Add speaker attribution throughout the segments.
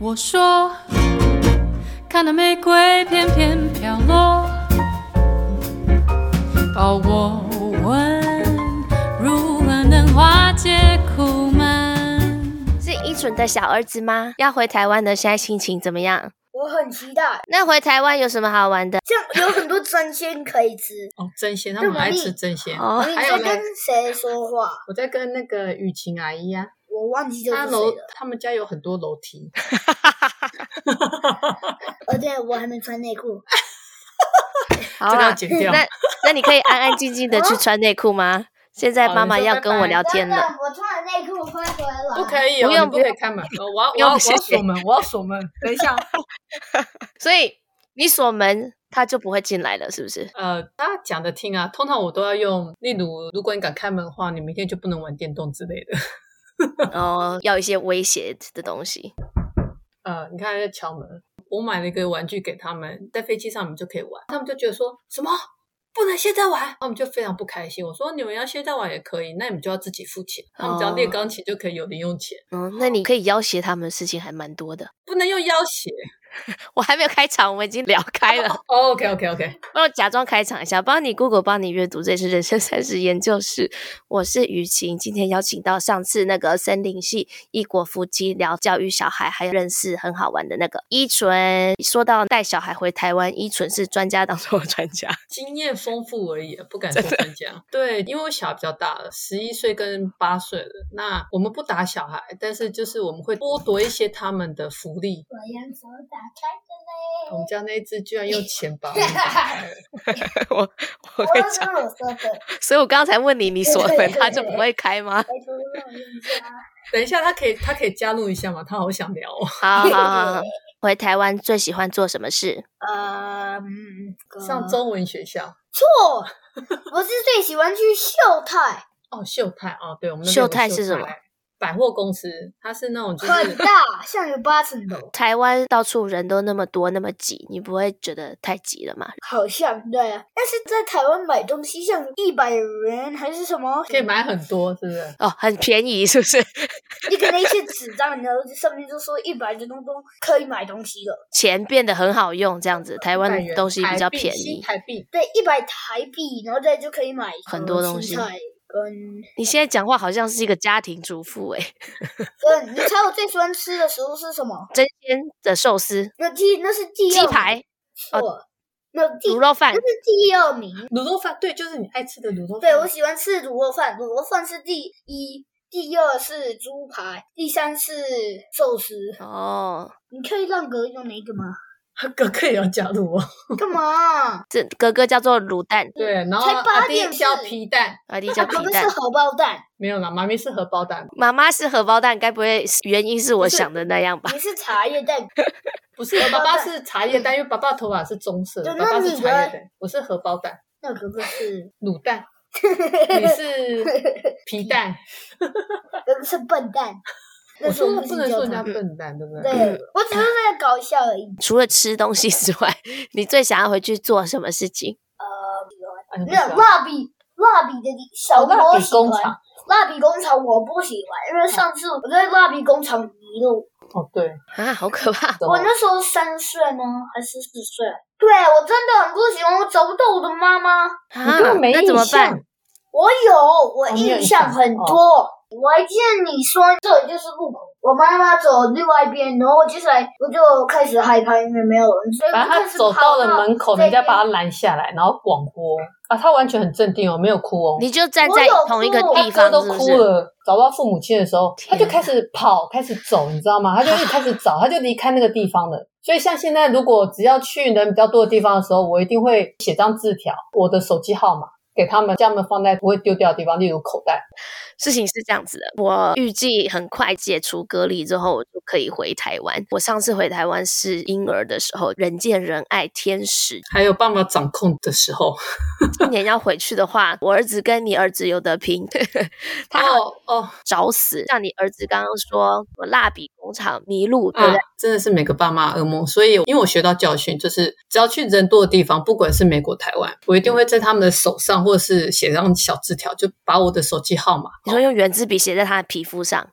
Speaker 1: 我说，看那玫瑰片片飘落，把我问如何能化解苦闷。
Speaker 2: 是依纯的小儿子吗？要回台湾的现在心情怎么样？
Speaker 3: 我很期待，
Speaker 2: 那回台湾有什么好玩的？
Speaker 3: 这样有很多真鲜可以吃。
Speaker 4: 哦，真鲜，他们很爱吃真鲜。
Speaker 2: 哦
Speaker 3: 你
Speaker 4: 还有
Speaker 3: 在
Speaker 4: 呢
Speaker 3: 跟谁说话？
Speaker 4: 我在跟那个雨晴阿姨啊，
Speaker 3: 我忘记这
Speaker 4: 她
Speaker 3: 是谁
Speaker 4: 楼
Speaker 3: 了。
Speaker 4: 他们家有很多楼梯，
Speaker 3: 哦，对，我还没穿内裤。
Speaker 2: 好
Speaker 4: 这个要
Speaker 2: 啊，
Speaker 4: 剪掉。
Speaker 2: 那那你可以安安静静的去穿内 裤吗？现在妈妈要跟我聊啊天
Speaker 3: 真
Speaker 2: 了，
Speaker 3: 的，我穿了内裤快回来。
Speaker 4: 不可以哦，
Speaker 2: 不用
Speaker 4: 你不可以开门，呃我要我
Speaker 2: 不
Speaker 4: 要
Speaker 2: 用
Speaker 4: 我要
Speaker 2: 谢谢
Speaker 4: 锁门，我要锁 门。等一下，
Speaker 2: 所以你锁门，他就不会进来了，是 不是？
Speaker 4: 呃，大家讲的听啊，通常我都要用，例如如果你敢开门的话，你明天就不能玩电动之类的。
Speaker 2: 哦，要一些威胁的东西。
Speaker 4: 呃，你看他在敲门，我买了一个玩具给他们，在飞机上你们就可以玩，他们就觉得说什么不能现在玩，他们就非常不开心。我说你们要现在玩也可以，那你们就要自己付钱，他们只要
Speaker 2: 哦
Speaker 4: 练钢琴就可以有零用钱，
Speaker 2: 嗯，那你可以要挟他们的事情还蛮多的。
Speaker 4: 不能用要挟。
Speaker 2: 我还没有开场，我们已经聊开了。
Speaker 4: OK OK OK，
Speaker 2: 帮我假装开场一下，帮你 Google 帮你阅读，这里是人生三十研究室，我是雨晴。今天邀请到上次那个森林系异国夫妻聊教育小孩，还有认识很好玩的那个依纯。说到带小孩回台湾，依纯是专家当中的专家。
Speaker 4: 经验丰富而已，不敢说专家。对，因为我小孩比较大了，十一岁跟八岁了。那我们不打小孩，但是就是我们会剥夺一些他们的福利。
Speaker 3: 我用手打开
Speaker 4: 我们家那一只居然用钱把我
Speaker 3: 的嘞
Speaker 4: 们 打开了。
Speaker 2: 我我
Speaker 3: 我
Speaker 2: 跟
Speaker 3: 要
Speaker 2: 你
Speaker 3: 跟
Speaker 2: 讲，
Speaker 3: 我说的，
Speaker 2: 所以我刚才问你，你锁门他就不会开吗？
Speaker 3: 回头让我用一下。
Speaker 4: 等一下，他可以他可以加入一下吗？他好想聊哦。
Speaker 2: 好好好，好 回台湾最喜欢做什么事？
Speaker 3: 呃，嗯
Speaker 4: 上中文学校
Speaker 3: 错，我是最喜欢去秀泰，
Speaker 4: 哦，秀泰哦，对，我们那边
Speaker 2: 秀
Speaker 4: 有
Speaker 2: 泰是什么
Speaker 4: 泰？百货公司，它是那种就
Speaker 3: 很
Speaker 4: 是
Speaker 3: 大，像有八层楼，
Speaker 2: 台湾到处人都那么多，那么挤，你不会觉得太挤了吗？
Speaker 3: 好像对啊。但是在台湾买东西，像一百元还是什么，
Speaker 4: 可以买很多，是不是？
Speaker 2: 哦，很便宜是不是？
Speaker 3: 你给那些纸张，然后上面就说一百元东东可以买东西了。
Speaker 2: 钱变得很好用，这样子，台湾
Speaker 4: 100元
Speaker 2: 的东西比较
Speaker 4: 台币
Speaker 2: 便
Speaker 4: 新
Speaker 2: 宜。
Speaker 4: 台币
Speaker 3: 对，一百台币，然后再就可以买
Speaker 2: 很多东西
Speaker 3: 呃青菜跟
Speaker 2: 你现在讲话好像是一个家庭主妇欸诶、
Speaker 3: 跟，嗯你猜我最喜欢吃的食物是什么？
Speaker 2: 真鲜的寿司、
Speaker 3: 那第那是第二
Speaker 2: 鸡
Speaker 3: 名
Speaker 2: 排、
Speaker 3: 错，那第
Speaker 2: 卤肉饭
Speaker 3: 那是第二名。
Speaker 4: 卤肉饭，对，就是你爱吃的卤肉饭。
Speaker 3: 对我喜欢吃卤肉饭，卤肉饭是第一，第二是猪排，第三是寿司。
Speaker 2: 哦。
Speaker 3: 你可以让哥用那个吗？
Speaker 4: 哥哥也要加入哦。
Speaker 3: 干嘛？
Speaker 2: 这哥哥叫做卤蛋，
Speaker 4: 对，然后啊
Speaker 3: 才八
Speaker 4: 阿弟
Speaker 3: 点
Speaker 4: 叫
Speaker 3: 四
Speaker 4: 皮蛋，
Speaker 2: 阿弟
Speaker 3: 啊
Speaker 2: 叫皮
Speaker 3: 哥哥是
Speaker 2: 蛋，
Speaker 3: 荷包蛋，
Speaker 4: 没有啦，妈咪是荷包蛋，
Speaker 2: 妈妈是荷包蛋，该不会原因是我想的那样吧？
Speaker 3: 你是茶叶蛋，
Speaker 4: 不是爸爸是茶叶蛋，因为爸爸头发是棕色的，
Speaker 3: 对
Speaker 4: 爸爸
Speaker 3: 那
Speaker 4: 是
Speaker 3: 你
Speaker 4: 茶叶
Speaker 3: 的
Speaker 4: 蛋，我是荷包蛋，
Speaker 3: 那哥 哥是
Speaker 4: 卤 蛋，你是皮蛋，
Speaker 3: 哥哥是笨蛋。
Speaker 4: 我
Speaker 3: 那是
Speaker 4: 说
Speaker 3: 我
Speaker 4: 不能说人家
Speaker 3: 笨。
Speaker 4: 笨蛋，对不对？
Speaker 3: 对，我只是在搞笑而已。
Speaker 2: 除了吃东西之外，你最想要回去做什么事情？
Speaker 4: 哎不
Speaker 3: 那
Speaker 4: 是啊
Speaker 3: 呃蜡笔，蜡笔的小
Speaker 4: 哦蜡
Speaker 3: 我
Speaker 4: 笔
Speaker 3: 喜
Speaker 4: 工
Speaker 3: 欢
Speaker 4: 厂。，
Speaker 3: 蜡笔工厂我不喜欢，因为上次我在蜡笔工厂迷路，
Speaker 4: 哦对，
Speaker 2: 啊，好可怕！
Speaker 4: 哦
Speaker 3: 我那时候三岁吗？还是四岁？对，我真的很不喜欢，我找不到我的妈妈。
Speaker 2: 啊
Speaker 4: 根本没
Speaker 2: 那怎么
Speaker 4: 印象
Speaker 2: 办？
Speaker 3: 我有，我
Speaker 4: 哦你有
Speaker 3: 印
Speaker 4: 印象哦
Speaker 3: 象很多。我还记得你说这里就是路口，我妈妈走另外一边，然后我接下来我就开始害怕，因为没有人。所以我
Speaker 4: 反正
Speaker 3: 就
Speaker 4: 他
Speaker 3: 开始
Speaker 4: 走
Speaker 3: 跑
Speaker 4: 到了门口，
Speaker 3: 这
Speaker 4: 人家
Speaker 3: 边
Speaker 4: 把他拦下来，然后广播啊，他完全很镇定哦，没有哭哦，
Speaker 2: 你就站
Speaker 3: 我
Speaker 2: 在
Speaker 3: 有
Speaker 2: 同一个
Speaker 3: 哭
Speaker 2: 地
Speaker 4: 他哥
Speaker 2: 方，
Speaker 4: 都
Speaker 2: 是不
Speaker 4: 哭
Speaker 2: 是？
Speaker 4: 了，找不到父母亲的时候，他
Speaker 2: 天
Speaker 4: 就开始跑，开始走，你知道吗？他就一直开始找，他就离开那个地方了。所以像现在，如果只要去人比较多的地方的时候，我一定会写张字条，我的手机号码给他们，叫他们放在不会丢掉的地方，例如口袋。
Speaker 2: 事情是这样子的，我预计很快解除隔离之后，我就可以回台湾。我上次回台湾是婴儿的时候，人见人爱，天使。
Speaker 4: 还有办法掌控的时候，
Speaker 2: 今年要回去的话，我儿子跟你儿子有得拼， 他要
Speaker 4: 哦哦
Speaker 2: 找死。像你儿子刚刚说，我蜡笔工厂迷路，对不对？
Speaker 4: 真的是每个爸妈呃的噩梦。所以，因为我学到教训，就是只要去人多的地方，不管是美国、台湾，我一定会在他们的手上，或者是写上小字条，就把我的手机号码
Speaker 2: 你说用圆珠笔写在他的皮肤上，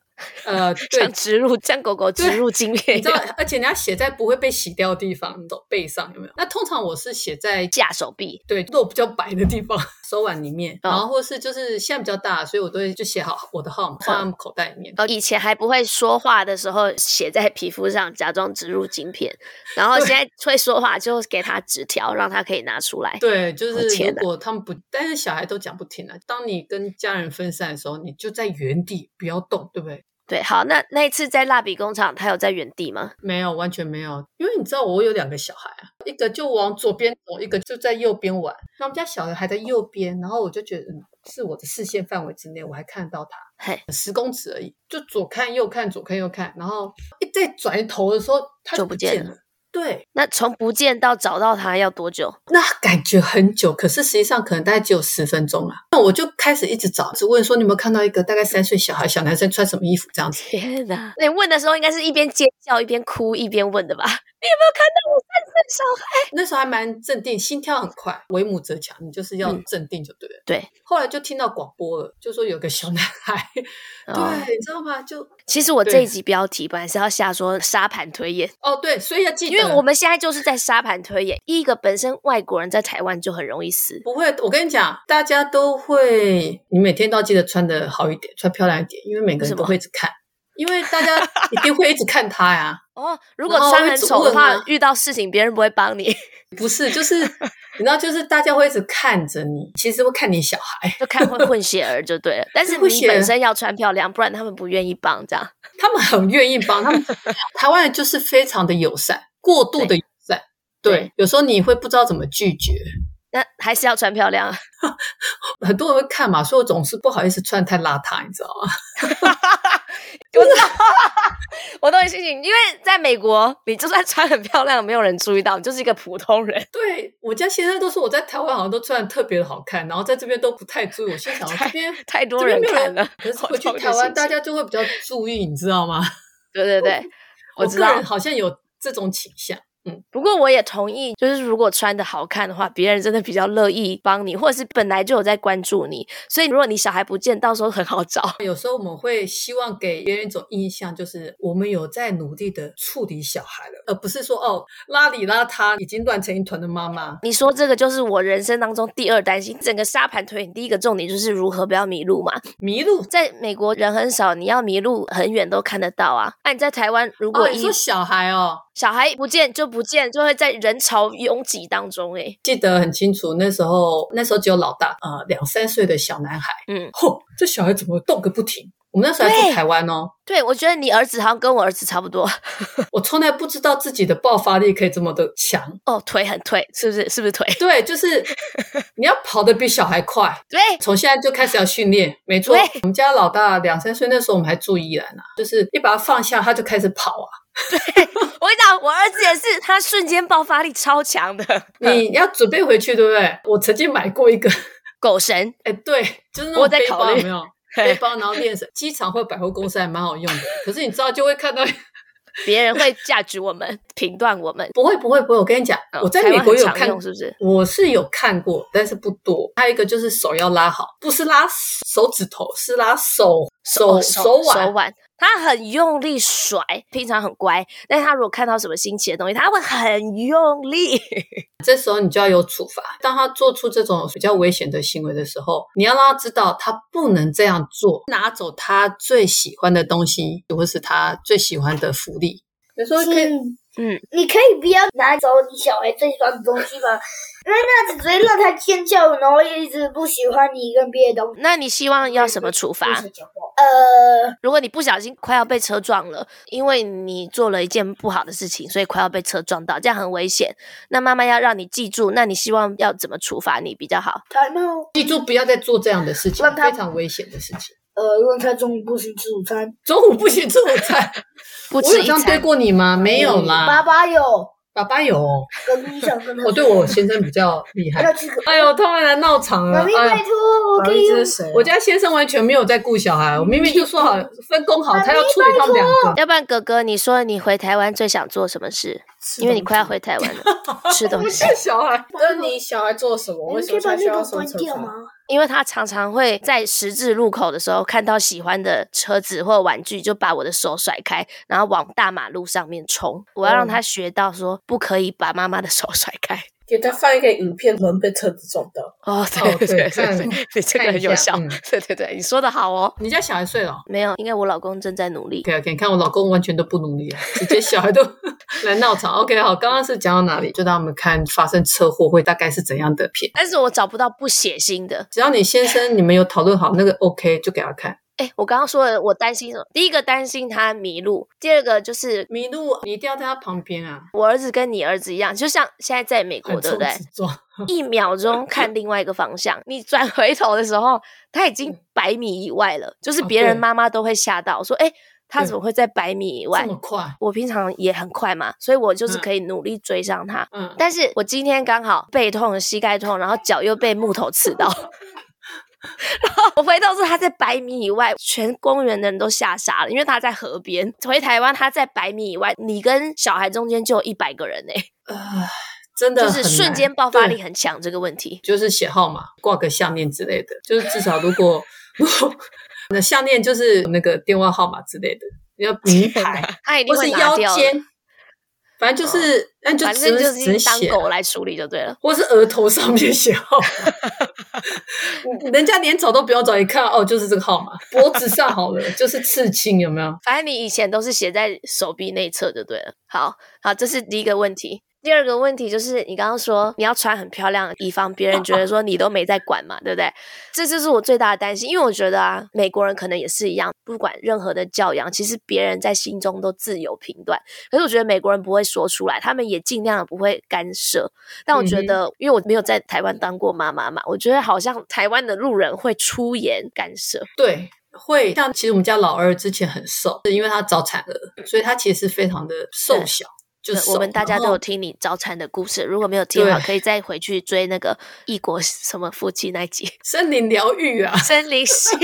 Speaker 4: 呃，对
Speaker 2: 像，植入，像狗狗植入晶片
Speaker 4: 你
Speaker 2: 一
Speaker 4: 知道
Speaker 2: 样，，
Speaker 4: 而且你要写在不会被洗掉的地方，手背上有没有？那通常我是写在
Speaker 2: 架手臂。
Speaker 4: 对肉比较白的地方， 手腕里面，
Speaker 2: 哦
Speaker 4: 然后或是就是现在比较大，所以我都会就写好我的号码，放在口袋里面。
Speaker 2: 呃，以前还不会说话的时候，写在皮肤上，假装植入晶片，然后现在会说话，就给他纸条，让他可以拿出来。
Speaker 4: 对，就
Speaker 2: 好
Speaker 4: 是
Speaker 2: 浅
Speaker 4: 如
Speaker 2: 啊
Speaker 4: 果他们不，但是小孩都讲不听啊。当你跟家人分散的时候，你就在原地不要动，对不对？
Speaker 2: 对，好，那那一次在蜡笔工厂，他有在原地吗？
Speaker 4: 没有，完全没有，因为你知道我有两个小孩啊，一个就往左边走，一个就在右边玩。那我们家小孩还在右边，然后我就觉得、嗯、是我的视线范围之内，我还看得到他。
Speaker 2: 嘿，
Speaker 4: 十公尺而已，就左看右看，左看右看，然后一再转头的时候，它
Speaker 2: 就
Speaker 4: 不
Speaker 2: 不见
Speaker 4: 了。对，
Speaker 2: 那从不见到找到他要多久？
Speaker 4: 那感觉很久，可是实际上可能大概只有十分钟啊。那我就开始一直找，只问说你有没有看到一个大概三岁小孩小男生穿什么衣服这 样子？
Speaker 2: 天哪！你问的时候应该是一边尖叫一边哭一边问的吧？ 你有没有看到我三岁小孩？
Speaker 4: 那时候还蛮镇定，心跳很快，为母则强，你就是要镇定就对了。
Speaker 2: 嗯对，
Speaker 4: 后来就听到广播了，就说有个小男孩，
Speaker 2: 哦
Speaker 4: 对，你知道吗？就
Speaker 2: 其实我
Speaker 4: 对
Speaker 2: 这一集标题本来是要下说沙盘推演，
Speaker 4: 哦对，所以要记得，
Speaker 2: 因为我们现在就是在沙盘推演。第一个，本身外国人在台湾就很容易死，
Speaker 4: 不会，我跟你讲，大家都会，你每天都要记得穿的好一点，穿漂亮一点，因为每个
Speaker 2: 为什
Speaker 4: 人
Speaker 2: 么
Speaker 4: 都会一直看，因为大家一定会一直看他呀。
Speaker 2: 哦，如果
Speaker 4: 然后
Speaker 2: 穿
Speaker 4: 会
Speaker 2: 很
Speaker 4: 主
Speaker 2: 丑的
Speaker 4: 问
Speaker 2: 话，
Speaker 4: 啊
Speaker 2: 遇到事情别人不会帮你，
Speaker 4: 不是，就是你知道，就是大家会一直看着你，其实会看你小孩，
Speaker 2: 就看会混血儿就对了。但是
Speaker 4: 混
Speaker 2: 你
Speaker 4: 血
Speaker 2: 本
Speaker 4: 儿
Speaker 2: 身要穿漂亮，不然他们不愿意帮这样。
Speaker 4: 他们很愿意帮他们。台湾人就是非常的友善，过度的友善。对，
Speaker 2: 对
Speaker 4: 有时候你会不知道怎么拒绝，
Speaker 2: 那还是要穿漂亮，啊
Speaker 4: 很多人会看嘛，所以我总是不好意思穿太邋遢，你知道吗？
Speaker 2: 我都很庆幸，因为在美国，你就算穿很漂亮，没有人注意到，你就是一个普通人。
Speaker 4: 对我家先生都说我在台湾好像都穿的特别的好看，然后在这边都不太注意。我心想，这边
Speaker 2: 太
Speaker 4: 这
Speaker 2: 多
Speaker 4: 边
Speaker 2: 人
Speaker 4: 没有
Speaker 2: 看了，
Speaker 4: 可是
Speaker 2: 好
Speaker 4: 回去
Speaker 2: 痛的
Speaker 4: 台
Speaker 2: 心
Speaker 4: 湾，大
Speaker 2: 情
Speaker 4: 家就会比较注意，你知道吗？
Speaker 2: 对 对对，我知
Speaker 4: 个
Speaker 2: 道
Speaker 4: 人。好像有这种倾向。嗯，
Speaker 2: 不过我也同意，就是如果穿的好看的话，别人真的比较乐意帮你，或者是本来就有在关注你。所以如果你小孩不见，到时候很好找。
Speaker 4: 有时候我们会希望给别人一种印象，就是我们有在努力的处理小孩了，而不是说哦邋里邋遢已经乱成一团的妈妈。
Speaker 2: 你说这个就是我人生当中第二担心，整个沙盘推演第一个重点就是如何不要迷路嘛。
Speaker 4: 迷路
Speaker 2: 在美国人很少，你要迷路很远都看得到啊。那、你在台湾，如
Speaker 4: 哦，
Speaker 2: 果
Speaker 4: 你
Speaker 2: 一、
Speaker 4: 说小孩哦，
Speaker 2: 小孩不见就不见，就会在人潮拥挤当中、欸，
Speaker 4: 记得很清楚，那时候那时候只有老大，呃，两三岁的小男孩，
Speaker 2: 嗯，
Speaker 4: 嚯，这小孩怎么动个不停？我们那时候还
Speaker 2: 对
Speaker 4: 住台湾哦，
Speaker 2: 对我觉得你儿子好像跟我儿子差不多
Speaker 4: 我从来不知道自己的爆发力可以这么的强。
Speaker 2: 哦，腿很腿，是不是？是不是腿？
Speaker 4: 对，就是你要跑得比小孩快，
Speaker 2: 对，
Speaker 4: 从现在就开始要训练。没错
Speaker 2: 对，
Speaker 4: 我们家老大两三岁那时候，我们还住宜兰啊，就是一把他放下，他就开始跑啊。
Speaker 2: 我跟你讲，我儿子也是，他瞬间爆发力超强的。
Speaker 4: 你要准备回去，对不对？我曾经买过一个，
Speaker 2: 狗神，
Speaker 4: 哎，对，就是那
Speaker 2: 我
Speaker 4: 种
Speaker 2: 在
Speaker 4: 背
Speaker 2: 考
Speaker 4: 包，
Speaker 2: 虑
Speaker 4: 有没 有？背包然后练绳，机场或百货公司还蛮好用的。 可是你知道，就会看到
Speaker 2: 别人会价值我们，评断我们。
Speaker 4: 不会不会不会，我跟你讲，
Speaker 2: 嗯
Speaker 4: 我在
Speaker 2: 台湾
Speaker 4: 美国
Speaker 2: 很
Speaker 4: 有
Speaker 2: 常
Speaker 4: 看
Speaker 2: 用，是不是？
Speaker 4: 我是有看过，但是不多。还有一个就是手要拉好，不是拉手指头，是拉手手
Speaker 2: 哦
Speaker 4: 腕。
Speaker 2: 手腕，他很用力甩，平常很乖，但是他如果看到什么新奇的东西，他会很用力。
Speaker 4: 这时候你就要有处罚。当他做出这种比较危险的行为的时候，你要让他知道他不能这样做，拿走他最喜欢的东西，或是他最喜欢的福利。你说可以，
Speaker 2: 嗯，
Speaker 3: 你可以不要拿走你小孩最喜欢的东西吗？因为那样子只会让他尖叫，然后一直不喜欢你跟别的东西。
Speaker 2: 那你希望要什么处罚？
Speaker 3: 不想讲话呃，
Speaker 2: 如果你不小心快要被车撞了，因为你做了一件不好的事情，所以快要被车撞到，这样很危险。那妈妈要让你记住，那你希望要怎么处罚你比较好？
Speaker 3: 他没有，
Speaker 4: 记住不要再做这样的事情，
Speaker 3: 让他
Speaker 4: 非常危险的事情。
Speaker 3: 呃，问他中午不行吃午餐。
Speaker 4: 中午不许吃午餐，
Speaker 2: 不
Speaker 4: 我
Speaker 2: 吃
Speaker 4: 有
Speaker 2: 一
Speaker 4: 这样对
Speaker 2: 餐，
Speaker 4: 过你吗？没有
Speaker 3: 爸
Speaker 4: 啦，
Speaker 3: 爸有，
Speaker 4: 爸爸有哦。
Speaker 3: 跟你想跟他
Speaker 4: 我
Speaker 3: 说。
Speaker 4: 对我先生比较厉害
Speaker 3: 要。去跟。
Speaker 4: 哎呦，他们来闹场了！
Speaker 3: 妈咪，
Speaker 4: 哎
Speaker 3: 拜
Speaker 4: 呦，
Speaker 3: 托，我可以用。
Speaker 5: 谁啊
Speaker 4: 我家先生完全没有在顾小孩，我明明就说好分工好，他要处理他们两个。
Speaker 2: 要不然哥哥，你说你回台湾最想做什么事？
Speaker 4: 吃
Speaker 2: 因为你
Speaker 4: 东
Speaker 2: 快要
Speaker 4: 西
Speaker 2: 回 台湾了，吃东西，
Speaker 4: 小孩，
Speaker 5: 那你小孩做什么？为什
Speaker 3: 嗯可以
Speaker 5: 么
Speaker 3: 把
Speaker 5: 他需
Speaker 3: 那
Speaker 5: 要
Speaker 3: 个
Speaker 5: 受
Speaker 3: 关掉
Speaker 5: 惩
Speaker 3: 吗
Speaker 5: 罚？？
Speaker 2: 因为他常常会在十字路口的时候看到喜欢的车子或玩具，就把我的手甩开，然后往大马路上面冲。我要让
Speaker 4: 哦
Speaker 2: 他学到说不可以把妈妈的手甩开。
Speaker 5: 给他放一个影片，人被车子撞到。
Speaker 2: 哦，
Speaker 4: 哦
Speaker 2: 对对
Speaker 4: 对
Speaker 2: 对
Speaker 4: 看
Speaker 2: 对，对你这个
Speaker 4: 看一
Speaker 2: 很有
Speaker 4: 下
Speaker 2: 效
Speaker 4: 嗯，
Speaker 2: 对对对，你说的好哦。
Speaker 4: 你家小孩睡了哦
Speaker 2: 没有，因为我老公正在努力。
Speaker 4: ？OK OK，你看我老公完全都不努力啊， 直接小孩都来闹场。OK，好，刚刚是讲到哪里？就让我们看发生车祸会大概是怎样的片。
Speaker 2: 但是我找不到不血腥的。
Speaker 4: 只要你先生你们有讨论好那个 OK，就给他看。
Speaker 2: 哎，我刚刚说了，我担心什么？第一个担心他迷路，第二个就是
Speaker 4: 迷路，你一定要在他旁边啊，
Speaker 2: 我儿子跟你儿子一样，就像现在在美国，
Speaker 4: 横
Speaker 2: 对不
Speaker 4: 冲
Speaker 2: 对
Speaker 4: 直？撞。
Speaker 2: 一秒钟
Speaker 4: 嗯
Speaker 2: 看另外一个方向，你转回头的时候，他已经百米以外了，就是
Speaker 4: 嗯哦
Speaker 2: 别人
Speaker 4: 对
Speaker 2: 妈妈都会吓到，说：“哎，他
Speaker 4: 对
Speaker 2: 怎么会在百米以
Speaker 4: 这
Speaker 2: 外
Speaker 4: 么快？”？
Speaker 2: 我平常也很快嘛，所以我就是
Speaker 4: 嗯
Speaker 2: 可以努力追上他。
Speaker 4: 嗯，
Speaker 2: 但是我今天刚好背痛、膝盖痛，然后脚又被木头刺 到，然后我回头是他在百米以外，全公园的人都吓傻了，因为他在河边。回台湾，他在百米以外，你跟小孩中间就有一百个人呢、欸
Speaker 4: 呃，真的
Speaker 2: 就是
Speaker 4: 很
Speaker 2: 瞬
Speaker 4: 难
Speaker 2: 间爆发
Speaker 4: 对
Speaker 2: 力很强这个问题。
Speaker 4: 就是写号码、挂个项链之类的，就是至少如 果如果那项链就是那个电话号码之类的，要名牌
Speaker 2: 他一定
Speaker 4: 或是
Speaker 2: 会拿
Speaker 4: 腰
Speaker 2: 掉的，哦
Speaker 4: 间，反正就是那、就
Speaker 2: 反
Speaker 4: 只
Speaker 2: 正就
Speaker 4: 能
Speaker 2: 是
Speaker 4: 只能
Speaker 2: 当
Speaker 4: 写
Speaker 2: 狗来处理就对了。
Speaker 4: 或是额头上面写号码，人家连找都不用找，一看哦，就是这个号码。脖子上好了，就是刺青，有没有？
Speaker 2: 反正你以前都是写在手臂内侧就对了。好，好，这是第一个问题。第二个问题就是你刚刚说你要穿很漂亮，以防别人觉得说你都没在管嘛，对不对？这就是我最大的担心，因为我觉得啊，美国人可能也是一样，不管任何的教养，其实别人在心中都自有评断。可是我觉得美国人不会说出来，他们也尽量地不会干涉。但我
Speaker 4: 嗯
Speaker 2: 觉
Speaker 4: 哼
Speaker 2: 得，因为我没有在台湾当过妈妈嘛，我觉得好像台湾的路人会出言干涉。
Speaker 4: 对，会像其实我们家老二之前很瘦，是因为他早产儿，所以他其实非常的瘦小，就
Speaker 2: 对
Speaker 4: 瘦。
Speaker 2: 我们大家
Speaker 4: 然
Speaker 2: 都
Speaker 4: 后
Speaker 2: 有听你早产的故事，如果没有听的话，
Speaker 4: 对
Speaker 2: 可以再回去追那个异国什么夫妻那一集
Speaker 4: 森林疗愈啊，
Speaker 2: 森林系。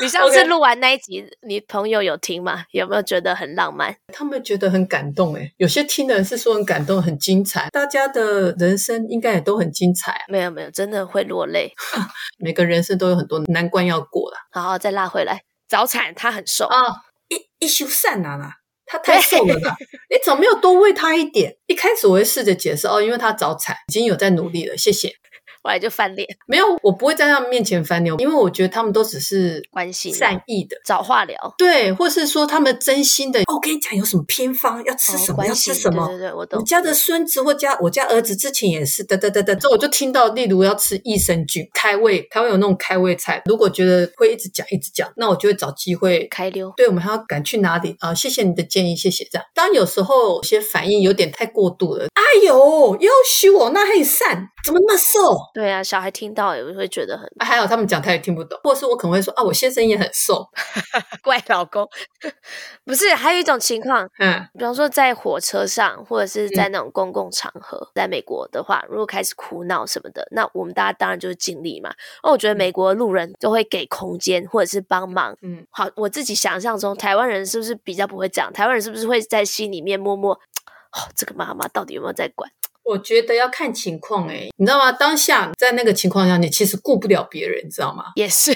Speaker 2: 你上次
Speaker 4: OK
Speaker 2: 录完那一集你朋友有听吗？有没有觉得很浪漫？
Speaker 4: 他们觉得很感动诶，有些听的人是说很感动、很精彩，大家的人生应该也都很精彩啊，
Speaker 2: 没有没有，真的会落泪。
Speaker 4: 每个人生都有很多难关要过啦。
Speaker 2: 然后再拉回来，早产他很瘦，
Speaker 4: 啊，一一修善啊啦，他太瘦了啦，你怎么没有多喂他一点？一开始我会试着解释哦，因为他早产，已经有在努力了，谢谢。
Speaker 2: 后来就翻脸
Speaker 4: 没有，我不会在他们面前翻脸，因为我觉得他们都只是
Speaker 2: 关心嘛
Speaker 4: 善意的。
Speaker 2: 找化疗。
Speaker 4: 对，或是说他们真心的，哦，我跟你讲有什么偏方，要吃
Speaker 2: 哦
Speaker 4: 什么，
Speaker 2: 关
Speaker 4: 要吃
Speaker 2: 心
Speaker 4: 什么，
Speaker 2: 对对对，我
Speaker 4: 我
Speaker 2: 懂。
Speaker 4: 家的孙子或家我家儿子之前也是，哒哒哒哒，这我就听到，例如要吃益生菌开胃，台湾有那种开胃菜，如果觉得会一直讲一直讲，那我就会找机会。
Speaker 2: 开溜，
Speaker 4: 对，我们还要赶去哪里啊、谢谢你的建议，谢谢。这样，当然有时候有些反应有点太过度了。哎呦，要修哦，那很善，怎么那么瘦？
Speaker 2: 对啊，小孩听到也会觉得很
Speaker 4: 啊、还有他们讲他也听不懂，或是我可能会说啊，我先生也很瘦，
Speaker 2: 怪老公。 不是，还有一种情况，
Speaker 4: 嗯，
Speaker 2: 比方说在火车上，或者是在那种公共场合，在美国的话，如果开始哭闹什么的，那我们大家当然就是尽力嘛。那我觉得美国的路人都会给空间，或者是帮忙。
Speaker 4: 嗯，
Speaker 2: 好，我自己想象中，台湾人是不是比较不会这样？台湾人是不是会在心里面默默，哦，这个妈妈到底有没有在管？
Speaker 4: 我觉得要看情况诶、你知道吗？当下在那个情况下，你其实顾不了别人，你知道吗？
Speaker 2: 也是，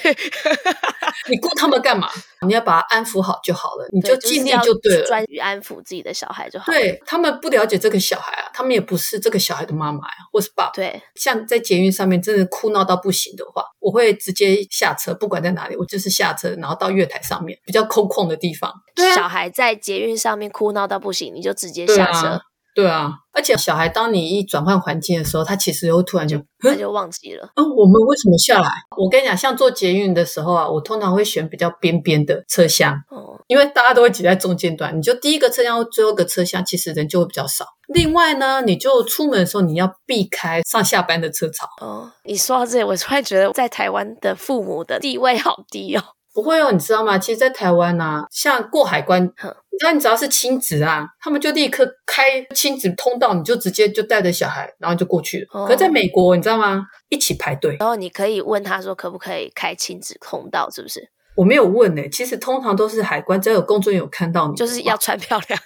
Speaker 4: 你顾他们干嘛？你要把他安抚好就好了，你就
Speaker 2: 对
Speaker 4: 尽力
Speaker 2: 是要
Speaker 4: 就对了。
Speaker 2: 专于安抚自己的小孩就好了。
Speaker 4: 对他们不了解这个小孩啊，他们也不是这个小孩的妈妈呀、或是爸爸。
Speaker 2: 对，
Speaker 4: 像在捷运上面真的哭闹到不行的话，我会直接下车，不管在哪里，我就是下车，然后到月台上面比较空旷的地方。
Speaker 2: 小孩在捷运上面哭闹到不行，你就直接
Speaker 4: 啊对
Speaker 2: 下
Speaker 4: 啊
Speaker 2: 车，
Speaker 4: 对啊，而且小孩当你一转换环境的时候，他其实又突然就，
Speaker 2: 他就忘记了。
Speaker 4: 嗯，我们为什么下来？我跟你讲，像坐捷运的时候啊，我通常会选比较边边的车厢，
Speaker 2: 哦，
Speaker 4: 因为大家都会挤在中间段，你就第一个车厢、最后一个车厢，其实人就会比较少。另外呢，你就出门的时候，你要避开上下班的车潮。
Speaker 2: 哦，你说到这里，我突然觉得在台湾的父母的地位好低哦。
Speaker 4: 不会哦，你知道吗？其实，在台湾啊，像过海关，
Speaker 2: 哼
Speaker 4: 你知道，你只要是亲子啊，他们就立刻开亲子通道，你就直接就带着小孩，然后就过去了。
Speaker 2: 哦
Speaker 4: 可是在美国，你知道吗？一起排队。
Speaker 2: 然后你可以问他说，可不可以开亲子通道，是不是？
Speaker 4: 我没有问呢、其实通常都是海关，只要有工作人员有看到你，
Speaker 2: 就是要穿漂亮。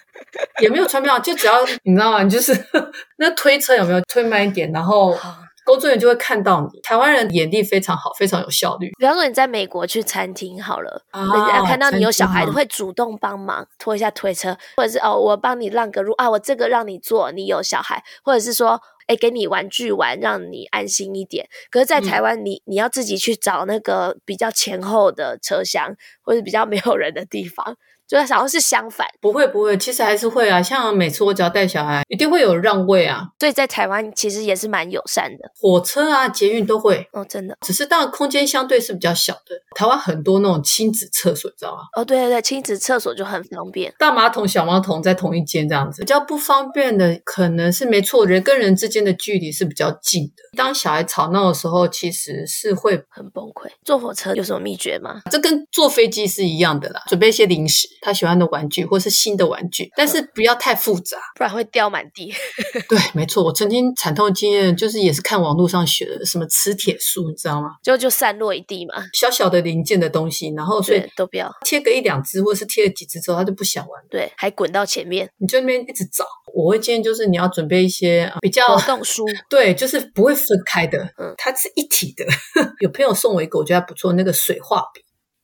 Speaker 4: 也没有穿票，就只要你知道吗？你就是 那推车有没有推慢一点，然后
Speaker 2: 哦
Speaker 4: 工作人员就会看到你。台湾人眼力非常好，非常有效率
Speaker 2: 比方说你在美国去餐厅好了，
Speaker 4: 啊
Speaker 2: 人家看到你有小孩
Speaker 4: 真
Speaker 2: 的
Speaker 4: 的
Speaker 2: 会主动帮忙拖一下推车，或者是哦我帮你让个路啊，我这个让你坐，你有小孩，或者是说哎给你玩具玩，让你安心一点。可是，在台湾你、你要自己去找那个比较前后的车厢，或者比较没有人的地方，就是好像是相反。
Speaker 4: 不会不会，其实还是会啊。像每次我只要带小孩，一定会有让位啊，
Speaker 2: 所以在台湾其实也是蛮友善的
Speaker 4: 火车啊、捷运都会。
Speaker 2: 哦，真的
Speaker 4: 只是当然空间相对是比较小的，台湾很多那种亲子厕所，你知道吗？
Speaker 2: 哦，对对对，亲子厕所就很方便。
Speaker 4: 大马桶、小马桶在同一间这样子，比较不方便的可能是没错，人跟人之间的距离是比较近的。当小孩吵闹的时候，其实是会
Speaker 2: 很崩溃。坐火车有什么秘诀吗？
Speaker 4: 这跟坐飞机是一样的啦，准备一些零食，他喜欢的玩具或是新的玩具，但是不要太复杂。
Speaker 2: 不然会掉满地。
Speaker 4: 对，没错，我曾经惨痛经验就是也是看网络上学的，什么磁铁术，你知道吗？
Speaker 2: 就就散落一地嘛。
Speaker 4: 小小的零件的东西，然后所以
Speaker 2: 对，都不要，
Speaker 4: 贴个一两只，或是贴了几只之后，他就不想玩了，
Speaker 2: 对，还滚到前面。
Speaker 4: 你就那边一直找。我会建议就是你要准备一些呃比较
Speaker 2: 活动书
Speaker 4: 对，就是不会分开的，
Speaker 2: 哦嗯
Speaker 4: 它是一体的。 有朋友送我一个，我觉得还不错，那个水画笔。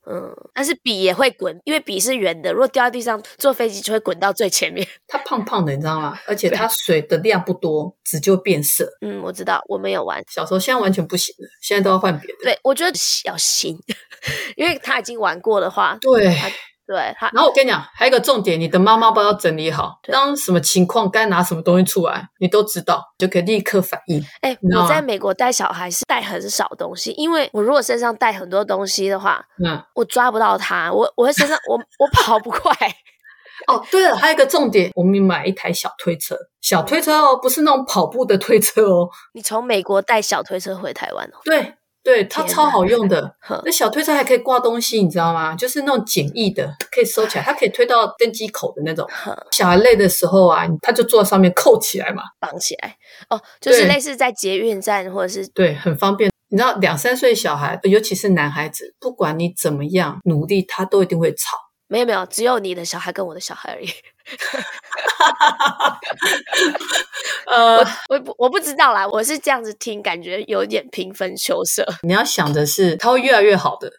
Speaker 2: 嗯，但是笔也会滚，因为笔是圆的，如果掉在地上，坐飞机就会滚到最前面。
Speaker 4: 它胖胖的，你知道吗？而且
Speaker 2: 对
Speaker 4: 它水的量不多，纸就会变色。
Speaker 2: 嗯，我知道，我没有玩。
Speaker 4: 小时候现在完全不行了，现在都要换别的。
Speaker 2: 对，我觉得要心， 因为他已经玩过的话，
Speaker 4: 对
Speaker 2: 它对他
Speaker 4: 然后我跟你讲，还有一个重点，你的妈妈包要整理好，
Speaker 2: 对
Speaker 4: 当什么情况该拿什么东西出来，你都知道，就可以立刻反应。
Speaker 2: 哎、
Speaker 4: 你知道
Speaker 2: 我在
Speaker 4: 吗
Speaker 2: 美国带小孩是带很少东西，因为我如果身上带很多东西的话，
Speaker 4: 嗯，
Speaker 2: 我抓不到他，我我会身上我我跑不快，
Speaker 4: 哦，对了，还有一个重点，我们买一台小推车，小推车哦，不是那种跑步的推车哦，
Speaker 2: 你从美国带小推车回台湾哦，
Speaker 4: 对对，它
Speaker 2: 天
Speaker 4: 超
Speaker 2: 哪
Speaker 4: 好用的。
Speaker 2: 哼
Speaker 4: 那小推车还可以挂东西，你知道吗？就是那种简易的，可以收起来，它可以推到登机口的那种。
Speaker 2: 哼，
Speaker 4: 小孩累的时候啊，他就坐在上面扣起来嘛，
Speaker 2: 绑起来哦，就是
Speaker 4: 对
Speaker 2: 类似在捷运站或者是
Speaker 4: 对，很方便。你知道，两三岁小孩，尤其是男孩子，不管你怎么样努力，他都一定会吵。
Speaker 2: 没有没有，只有你的小孩跟我的小孩而已。
Speaker 4: 呃，
Speaker 2: 我也不我不知道啦，我是这样子听，感觉有点平分秋色。
Speaker 4: 你要想的是，他会越来越好的。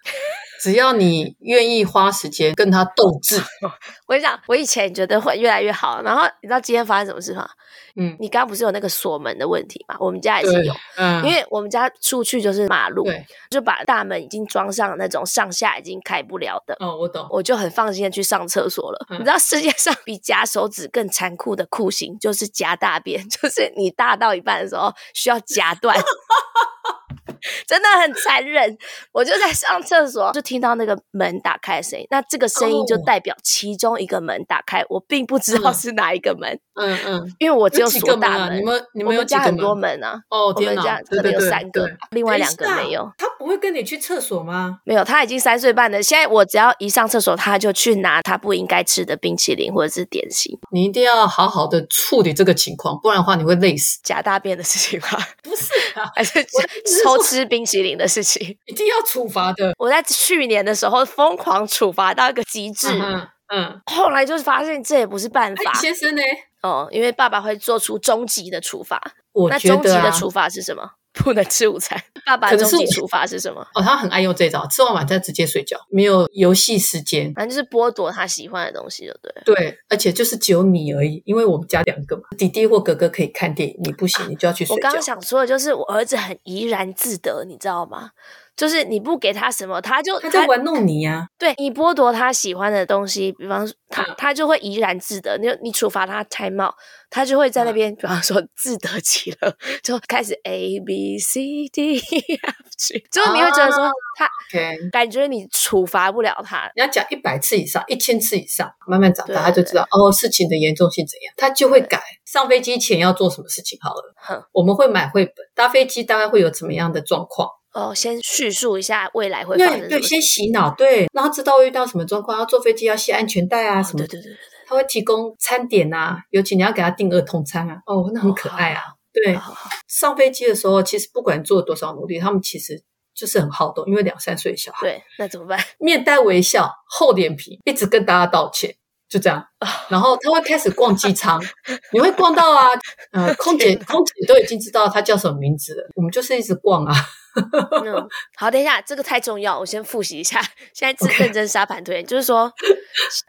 Speaker 4: 只要你愿意花时间跟他斗 智，
Speaker 2: 我跟你讲，我以前觉得会越来越好，然后你知道今天发生什么事吗？
Speaker 4: 嗯
Speaker 2: 你刚刚不是有那个锁门的问题吗？我们家也是
Speaker 4: 对
Speaker 2: 有，
Speaker 4: 嗯，
Speaker 2: 因为我们家出去就是马路，
Speaker 4: 对，
Speaker 2: 就把大门已经装上那种上下已经开不了的。
Speaker 4: 哦，我懂，
Speaker 2: 我就很放心的去上厕所了。
Speaker 4: 嗯
Speaker 2: 你知道世界上比夹手指更残酷的酷刑就是夹大便， 就是你大到一半的时候需要夹 断，真的很残忍。我就在上厕所，就听到那个门打开的声音，那这个声音就
Speaker 4: 哦
Speaker 2: 代表其中一个门打开，我并不知道
Speaker 4: 嗯
Speaker 2: 是哪一个门，
Speaker 4: 嗯嗯，
Speaker 2: 因为我只
Speaker 4: 有几
Speaker 2: 锁
Speaker 4: 个门
Speaker 2: 大
Speaker 4: 啊？你
Speaker 2: 门。
Speaker 4: 们你
Speaker 2: 我
Speaker 4: 们有
Speaker 2: 们
Speaker 4: 几
Speaker 2: 家
Speaker 4: 个
Speaker 2: 很多
Speaker 4: 门？
Speaker 2: 门啊，
Speaker 4: 哦，
Speaker 2: 我
Speaker 4: 天
Speaker 2: 们
Speaker 4: 哪！
Speaker 2: 家
Speaker 4: 对
Speaker 2: 可能
Speaker 4: 对
Speaker 2: 有
Speaker 4: 对
Speaker 2: 三个
Speaker 4: 对
Speaker 2: 另
Speaker 4: 等
Speaker 2: 外
Speaker 4: 一
Speaker 2: 两个
Speaker 4: 下
Speaker 2: 没有。
Speaker 4: 他不会跟你去厕所吗？
Speaker 2: 没有，他已经三岁半了。现在我只要一上厕所，他就去拿他不应该吃的冰淇淋或者是点心。
Speaker 4: 你一定要好好的处理这个情况，不然的话你会累死。
Speaker 2: 假大便的事情吗？
Speaker 4: 不是 啊，
Speaker 2: 还是
Speaker 4: 我的意思是
Speaker 2: 偷
Speaker 4: 说
Speaker 2: 吃冰淇淋的事情？
Speaker 4: 一定要处罚的。
Speaker 2: 我在去年的时候疯狂处罚到一个极致，
Speaker 4: 嗯嗯，
Speaker 2: 后来就是发现这也不是办
Speaker 4: 哎
Speaker 2: 法
Speaker 4: 先生呢？
Speaker 2: 哦，因为爸爸会做出终极的处罚。
Speaker 4: 我
Speaker 2: 那
Speaker 4: 觉
Speaker 2: 终极
Speaker 4: 得
Speaker 2: 的
Speaker 4: 啊，
Speaker 2: 处罚是什么？不能吃午餐。爸爸的
Speaker 4: 可
Speaker 2: 终
Speaker 4: 是
Speaker 2: 极
Speaker 4: 我
Speaker 2: 处罚是什么？
Speaker 4: 哦，他很爱用这招，吃完晚餐直接睡觉，没有游戏时间。
Speaker 2: 反正就是剥夺他喜欢的东西，就对了。
Speaker 4: 对，而且就是只有你而已，因为我们家两个嘛，弟弟或哥哥可以看电影，你不行，你就要去睡
Speaker 2: 我
Speaker 4: 觉
Speaker 2: 刚。刚想说的就是，我儿子很怡然自得，你知道吗？就是你不给他什么，他就
Speaker 4: 他在玩弄你啊呀、
Speaker 2: 对你剥夺他喜欢的东西，比方说他、
Speaker 4: 嗯
Speaker 2: 他就会怡然自得，你就你处罚他 time out，他就会在
Speaker 4: 嗯
Speaker 2: 那边，比方说自得其乐，就开始 A B C D E F G，就是你会觉得
Speaker 4: 哦
Speaker 2: 说他、
Speaker 4: OK，
Speaker 2: 感觉你处罚不了他，
Speaker 4: 你要讲一百次以上，一千次以上，慢慢长
Speaker 2: 对
Speaker 4: 大，他就知道哦事情的严重性怎样，他就会改。上飞机前要做什么事情好了
Speaker 2: 哼，
Speaker 4: 我们会买绘本。搭飞机大概会有怎么样的状况？
Speaker 2: 哦，先叙述一下未来会发生
Speaker 4: 对
Speaker 2: 什么
Speaker 4: 对，
Speaker 2: 事
Speaker 4: 先洗脑，对，让他知道会遇到什么状况，要坐飞机要系安全带啊
Speaker 2: 哦
Speaker 4: 什么的。
Speaker 2: 对对对对
Speaker 4: 他会提供餐点啊，尤其你要给他订儿童餐啊，哦，那很可爱啊。对
Speaker 2: 对，好，好好
Speaker 4: 上飞机的时候，其实不管做多少努力，他们其实就是很好动，因为两三岁的小孩，
Speaker 2: 对，那怎么办？
Speaker 4: 面带微笑，厚脸皮，一直跟大家道歉，就 这样。然后他会开始逛机 舱，你会逛到啊， 呃，空姐空姐都已经知道他叫什么名字了，我们就是一直逛啊。
Speaker 2: 嗯，好，等一下，这个太重要，我先复习一下。现在是
Speaker 4: OK
Speaker 2: 认真沙盘推演就是说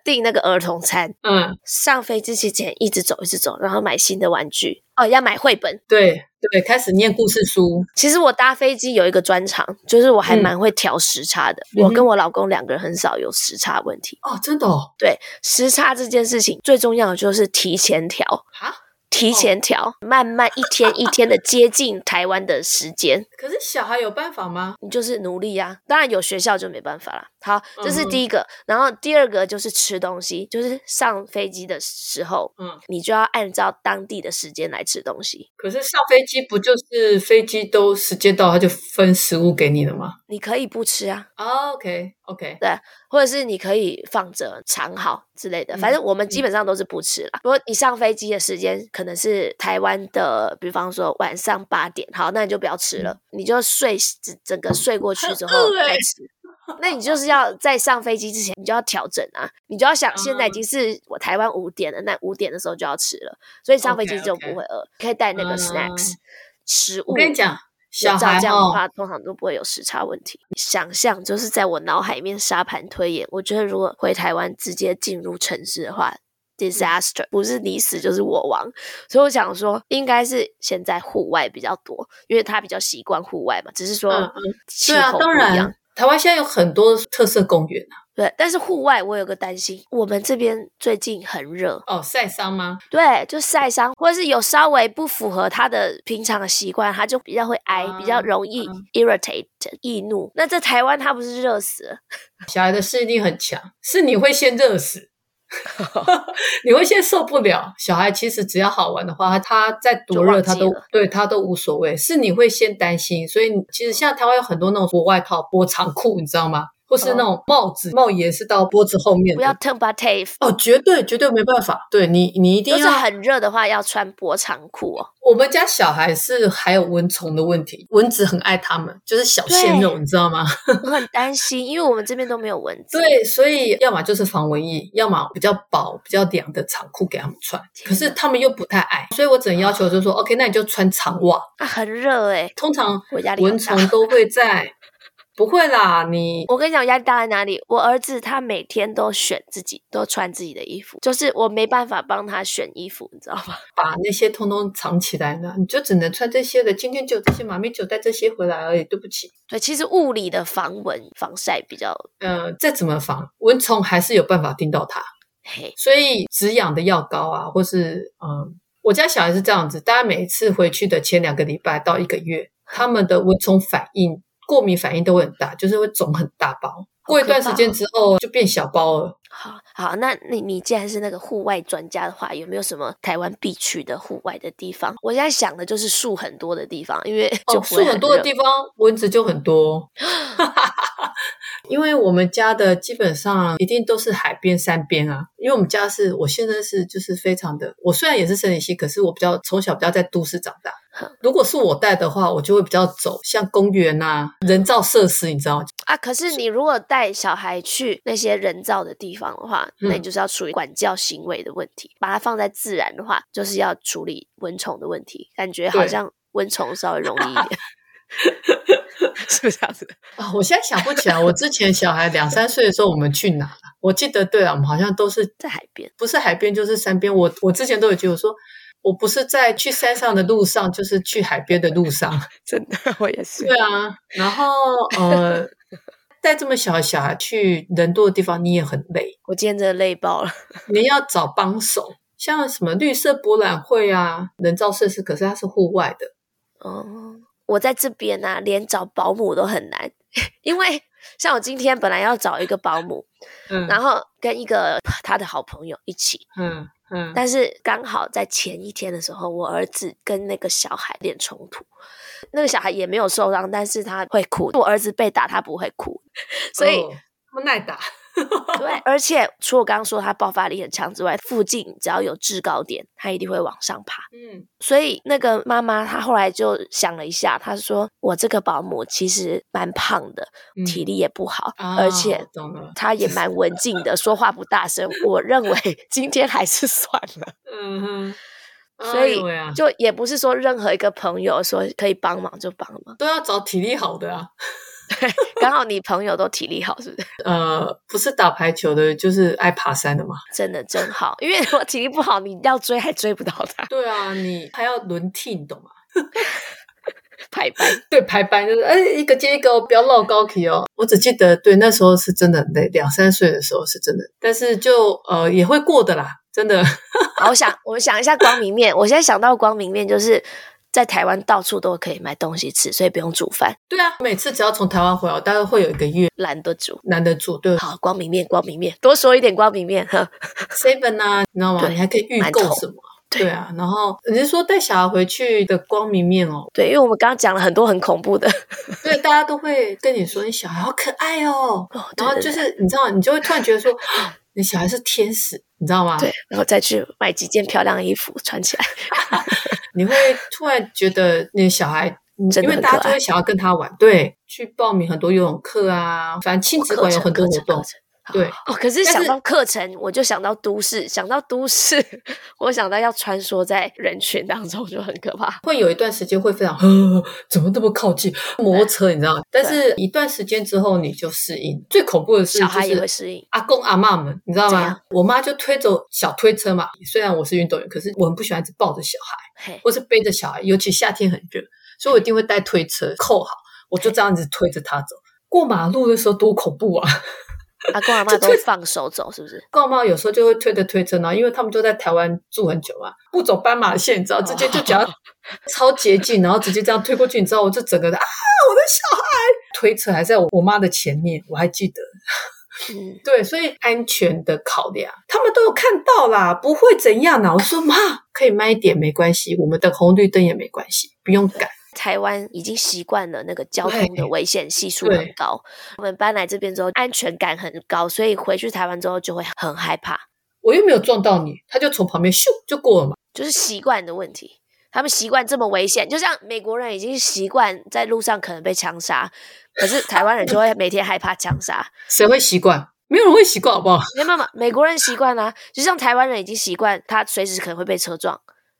Speaker 2: 订那个儿童餐，
Speaker 4: 嗯，
Speaker 2: 上飞机之前一直走一直走，然后买新的玩具哦，要买绘本。
Speaker 4: 对对，开始念故事书，
Speaker 2: 其实我搭飞机有一个专长，就是我还蛮会调时差的。
Speaker 4: 嗯
Speaker 2: 我跟我老公两个人很少有时差问题。
Speaker 4: 哦，真的哦，
Speaker 2: 对时差这件事情，最重要的就是提前调
Speaker 4: 啊。
Speaker 2: 提前调，慢慢一天一天的接近台湾的时间，
Speaker 4: 可是小孩有办法吗？
Speaker 2: 你就是努力啊。当然有学校就没办法啦。好，这是
Speaker 4: 嗯
Speaker 2: 第一个，然后第二个就是吃东西，就是上飞机的时候，
Speaker 4: 嗯，
Speaker 2: 你就要按照当地的时间来吃东西。
Speaker 4: 可是上飞机不就是飞机都时间到，他就分食物给你了吗、
Speaker 2: 你可以不吃啊，
Speaker 4: o k OK，
Speaker 2: 或者是你可以放着藏好之类的，
Speaker 4: 嗯
Speaker 2: 反正我们基本上都是不吃啦。不过你上飞机的时间可能是台湾的，比方说晚上八点，好，那你就不要吃了，你就睡整整个睡过去之后
Speaker 4: 嗯饿
Speaker 2: 再
Speaker 4: 欸
Speaker 2: 吃。那你就是要在上飞机之前，你就要调整啊，你就要想现在
Speaker 4: 嗯
Speaker 2: 已经是我台湾五点了，那五点的时候就要吃了，所以上飞机就不
Speaker 4: OK，OK
Speaker 2: 会饿，可以带那个
Speaker 4: 嗯
Speaker 2: snacks、食物。
Speaker 4: 我跟你讲，小
Speaker 2: 照
Speaker 4: 孩
Speaker 2: 这样的
Speaker 4: 哦，
Speaker 2: 话，通常都不会有时差问题。想象就是在我脑海里面沙盘推演，我觉得如果回台湾直接进入城市的
Speaker 4: 嗯
Speaker 2: 话，disaster 不是你死就是我亡。所以我想说，应该是现在户外比较多，因为他比较习惯户外嘛，只是
Speaker 4: 嗯
Speaker 2: 说
Speaker 4: 嗯
Speaker 2: 气
Speaker 4: 对啊，
Speaker 2: 候不
Speaker 4: 当
Speaker 2: 一样。
Speaker 4: 然，台湾现在有很多特色公园啊。
Speaker 2: 对，但是户外我有个担心，我们这边最近很热，
Speaker 4: 哦，晒伤吗？
Speaker 2: 对，就晒伤，或者是有稍微不符合他的平常的习惯，他就比较会挨，比较
Speaker 4: 啊
Speaker 2: 容易 irritate 易怒。那在台湾他不是热死了？
Speaker 4: 小孩的适应力很强，是你会先热 死，你会先受不了。小孩其实只要好玩的话，他他再
Speaker 2: 就
Speaker 4: 多
Speaker 2: 忘
Speaker 4: 热
Speaker 2: 记
Speaker 4: 他都
Speaker 2: 了
Speaker 4: 对他都无所谓，是你会先担心。所以其实现在台湾有很多那种薄外套、薄长裤，你知道吗？或是那种帽子，帽檐是到脖子后面
Speaker 2: 哦不要
Speaker 4: 的。
Speaker 2: t u m b a t a v e
Speaker 4: 哦，绝对绝对没办法，对你你一定
Speaker 2: 就是
Speaker 4: 要
Speaker 2: 很热的话要穿薄长裤 哦。
Speaker 4: 我们家小孩是还有蚊虫的问题，蚊子很爱他们，就是小鲜肉，你知道吗？
Speaker 2: 我很担心，因为我们这边都没有蚊 子。
Speaker 4: 对，所以要么就是防蚊液，要么比较薄、比较凉的长裤给他们穿。可是他们又不太爱，所以我只能要求就是说、o k 那你就穿长袜。
Speaker 2: 啊，很热哎、
Speaker 4: 通常
Speaker 2: 我压力好
Speaker 4: 蚊
Speaker 2: 大
Speaker 4: 虫。都会在，不会啦，你
Speaker 2: 我跟你讲，我压力大在哪里？我儿子他每天都选自己，都穿自己的衣服，就是我没办法帮他选衣服，你知道吗？
Speaker 4: 把那些通通藏起来呢，你就只能穿这些了。今天就这些，妈咪就带这些回来而已，对不起。
Speaker 2: 对，其实物理的防蚊防晒比较
Speaker 4: 呃，再怎么防蚊虫，还是有办法叮到它。
Speaker 2: 嘿，
Speaker 4: 所以止痒的药膏啊，或是嗯，我家小孩是这样子，大家每一次回去的前两个礼拜到一个月，他们的蚊虫反应、过敏反应都会很大，就是会肿很大包。过一段时间之后就变小包了。
Speaker 2: 好好，那你你既然是那个户外专家的话，有没有什么台湾必去的户外的地方？我现在想的就是树很多的地方，因为就
Speaker 4: 哦，树
Speaker 2: 不会
Speaker 4: 很多的
Speaker 2: 热
Speaker 4: 地方蚊子就很多， 因为我们家的基本上一定都是海边、山边啊。因为我们家是我现在是就是非常的，我虽然也是生理系，可是我比较从小比较在都市长大。如果是我带的话，我就会比较走像公园啊、人造设施，你 知道吗？
Speaker 2: 啊，可是你如果带小孩去那些人造的地方的话，那你
Speaker 4: 嗯
Speaker 2: 就是要处理管教行为的问题；把它放在自然的话，就是要处理蚊虫的问题。感觉好
Speaker 4: 对
Speaker 2: 像蚊虫稍微容易一点， 是不是这样子？
Speaker 4: 啊，我现在想不起来，我之前小孩两三岁的时候我们去哪了？我记得，对啊，我们好像都是
Speaker 2: 在海边，
Speaker 4: 不是海边就是山边。我我之前都有觉得说，我不是在去山上的路上，就是去海边的路 上。
Speaker 2: 真的，我也是
Speaker 4: 对啊，然后呃， 带这么小的小孩啊去人多的地方，你也很累，
Speaker 2: 我今天真的累爆了。
Speaker 4: 你要找帮手，像什么绿色博览会啊、人造设施，可是它是户外的。
Speaker 2: 哦，我在这边啊，连找保姆都很难， 因为像我今天本来要找一个保姆，
Speaker 4: 嗯
Speaker 2: 然后跟一个他的好朋友一起，
Speaker 4: 嗯嗯，
Speaker 2: 但是刚好在前一天的时候，我儿子跟那个小孩有点冲突，那个小孩也没有
Speaker 4: 哦
Speaker 2: 受伤，但是他会哭。我儿子被打，他不会哭，所以
Speaker 4: 哦那么耐打。
Speaker 2: 对， 而且除了我刚刚说它爆发力很强之外，附近只要有制高点，它一定会往上爬。
Speaker 4: 嗯，
Speaker 2: 所以那个妈妈她后来就想了一下，她说：“我这个保姆其实蛮胖的，
Speaker 4: 嗯
Speaker 2: 体力也不好，
Speaker 4: 啊
Speaker 2: 而且
Speaker 4: 懂了
Speaker 2: 她也蛮文静的，说话不大声。我 认为今天还是算了。”
Speaker 4: 嗯哼，
Speaker 2: 所以
Speaker 4: 哎呦喂啊
Speaker 2: 就也不是说任何一个朋友说可以帮忙就帮忙，
Speaker 4: 都要找体力好的啊。
Speaker 2: 刚好你朋友都体力好，是 不是？
Speaker 4: 呃，不是打排球的，就是爱爬山的嘛。
Speaker 2: 真的真好，因为我体力不好，你要追还追不到他，
Speaker 4: 对啊，你还要轮替，你懂吗？
Speaker 2: 排班。
Speaker 4: 对，排班就是哎，一个接一个哦，不要落高级哦。我只记得，对，那时候是真的很累，两三岁的时候是真的，但是就呃也会过的啦，真的。
Speaker 2: 好，我想我们想一下光明面，我现在想到光明面就是在台湾到处都可以买东西吃，所以不用煮饭，
Speaker 4: 对啊，每次只要从台湾回来，我大概会有一个月
Speaker 2: 懒得煮。
Speaker 4: 难得住，对
Speaker 2: 好，光明面，光明面，多说一点光明面呵，
Speaker 4: ，seven 啊，你知道吗？
Speaker 2: 对
Speaker 4: 你还可以预购
Speaker 2: 馒头
Speaker 4: 什么？
Speaker 2: 对
Speaker 4: 对啊，然后你是说带小孩回去的光明面哦？
Speaker 2: 对，因为我们刚刚讲了很多很恐怖的，
Speaker 4: 对，大家都会跟你说你小孩好可爱哦，
Speaker 2: 哦对
Speaker 4: 然后
Speaker 2: 对
Speaker 4: 就
Speaker 2: 对
Speaker 4: 是你知道，你就会突然觉得 说你小孩是天使，你知道吗？
Speaker 2: 对，然后再去买几件漂亮的衣服穿起来。
Speaker 4: 你会突然觉得你的小孩，嗯
Speaker 2: 真
Speaker 4: 因为
Speaker 2: 的很
Speaker 4: 大家
Speaker 2: 可
Speaker 4: 就
Speaker 2: 爱
Speaker 4: 会想要跟他玩，对，去报名很多游泳课啊，反正亲子
Speaker 2: 课
Speaker 4: 馆有
Speaker 2: 程
Speaker 4: 很多
Speaker 2: 课
Speaker 4: 活
Speaker 2: 程课
Speaker 4: 动，
Speaker 2: 程
Speaker 4: 对，
Speaker 2: 哦，可是
Speaker 4: 但
Speaker 2: 想
Speaker 4: 是
Speaker 2: 到课程，我就想到都市，想到都市， 我想到要穿梭在人群当中就很可怕。
Speaker 4: 会有一段时间会非常， 呃，怎么那么靠近摩托车，你知道吗？但是一段时间之后你就适应。最恐怖的是，
Speaker 2: 小孩也
Speaker 4: 就
Speaker 2: 会啊
Speaker 4: 是
Speaker 2: 适应，
Speaker 4: 阿公阿嬷们，你知道
Speaker 2: 怎
Speaker 4: 吗
Speaker 2: 样？
Speaker 4: 我妈就推着小推车嘛，虽然我是运动员，可是我很不喜欢一直抱着小孩，
Speaker 2: 嘿，
Speaker 4: 或是背着小孩，尤其夏天很热，所以我一定会带推车扣好，我就这样子推着他走。过马路的时候多恐怖啊！
Speaker 2: 阿公阿妈
Speaker 4: 这
Speaker 2: 都
Speaker 4: 推
Speaker 2: 放手走，是不是？
Speaker 4: 高妈有时候就会推着推车，然后因为他们就在台湾住很久嘛，不走斑马线，你知道，直接就只要超捷径，然后直接这样推过去，你知道，我就整个的啊，我的小孩推车还在我我妈的前面，我还记得。
Speaker 2: 嗯，
Speaker 4: 对，所以安全的考量，他们都有看到啦，不会怎样啦。我说妈，可以慢一点，没关系，我们等红绿灯也没关系，不用赶。
Speaker 2: 台湾已经习惯了那个交通的
Speaker 4: 对
Speaker 2: 危险系数
Speaker 4: 对
Speaker 2: 很高，我们搬来这边之后安全感很高，所以回去台湾之后就会很害怕，
Speaker 4: 我又没有撞到你，他就从旁边咻就过了嘛。
Speaker 2: 就是习惯的问题。他们习惯这么危险，就像美国人已经习惯在路上可能被枪杀，可是台湾人就会每天害怕枪杀。
Speaker 4: 谁会习惯？没有人会习惯，好不好？
Speaker 2: 没有没有没有，美国人习惯啦、就像台湾人已经习惯，他随时可能会被车撞，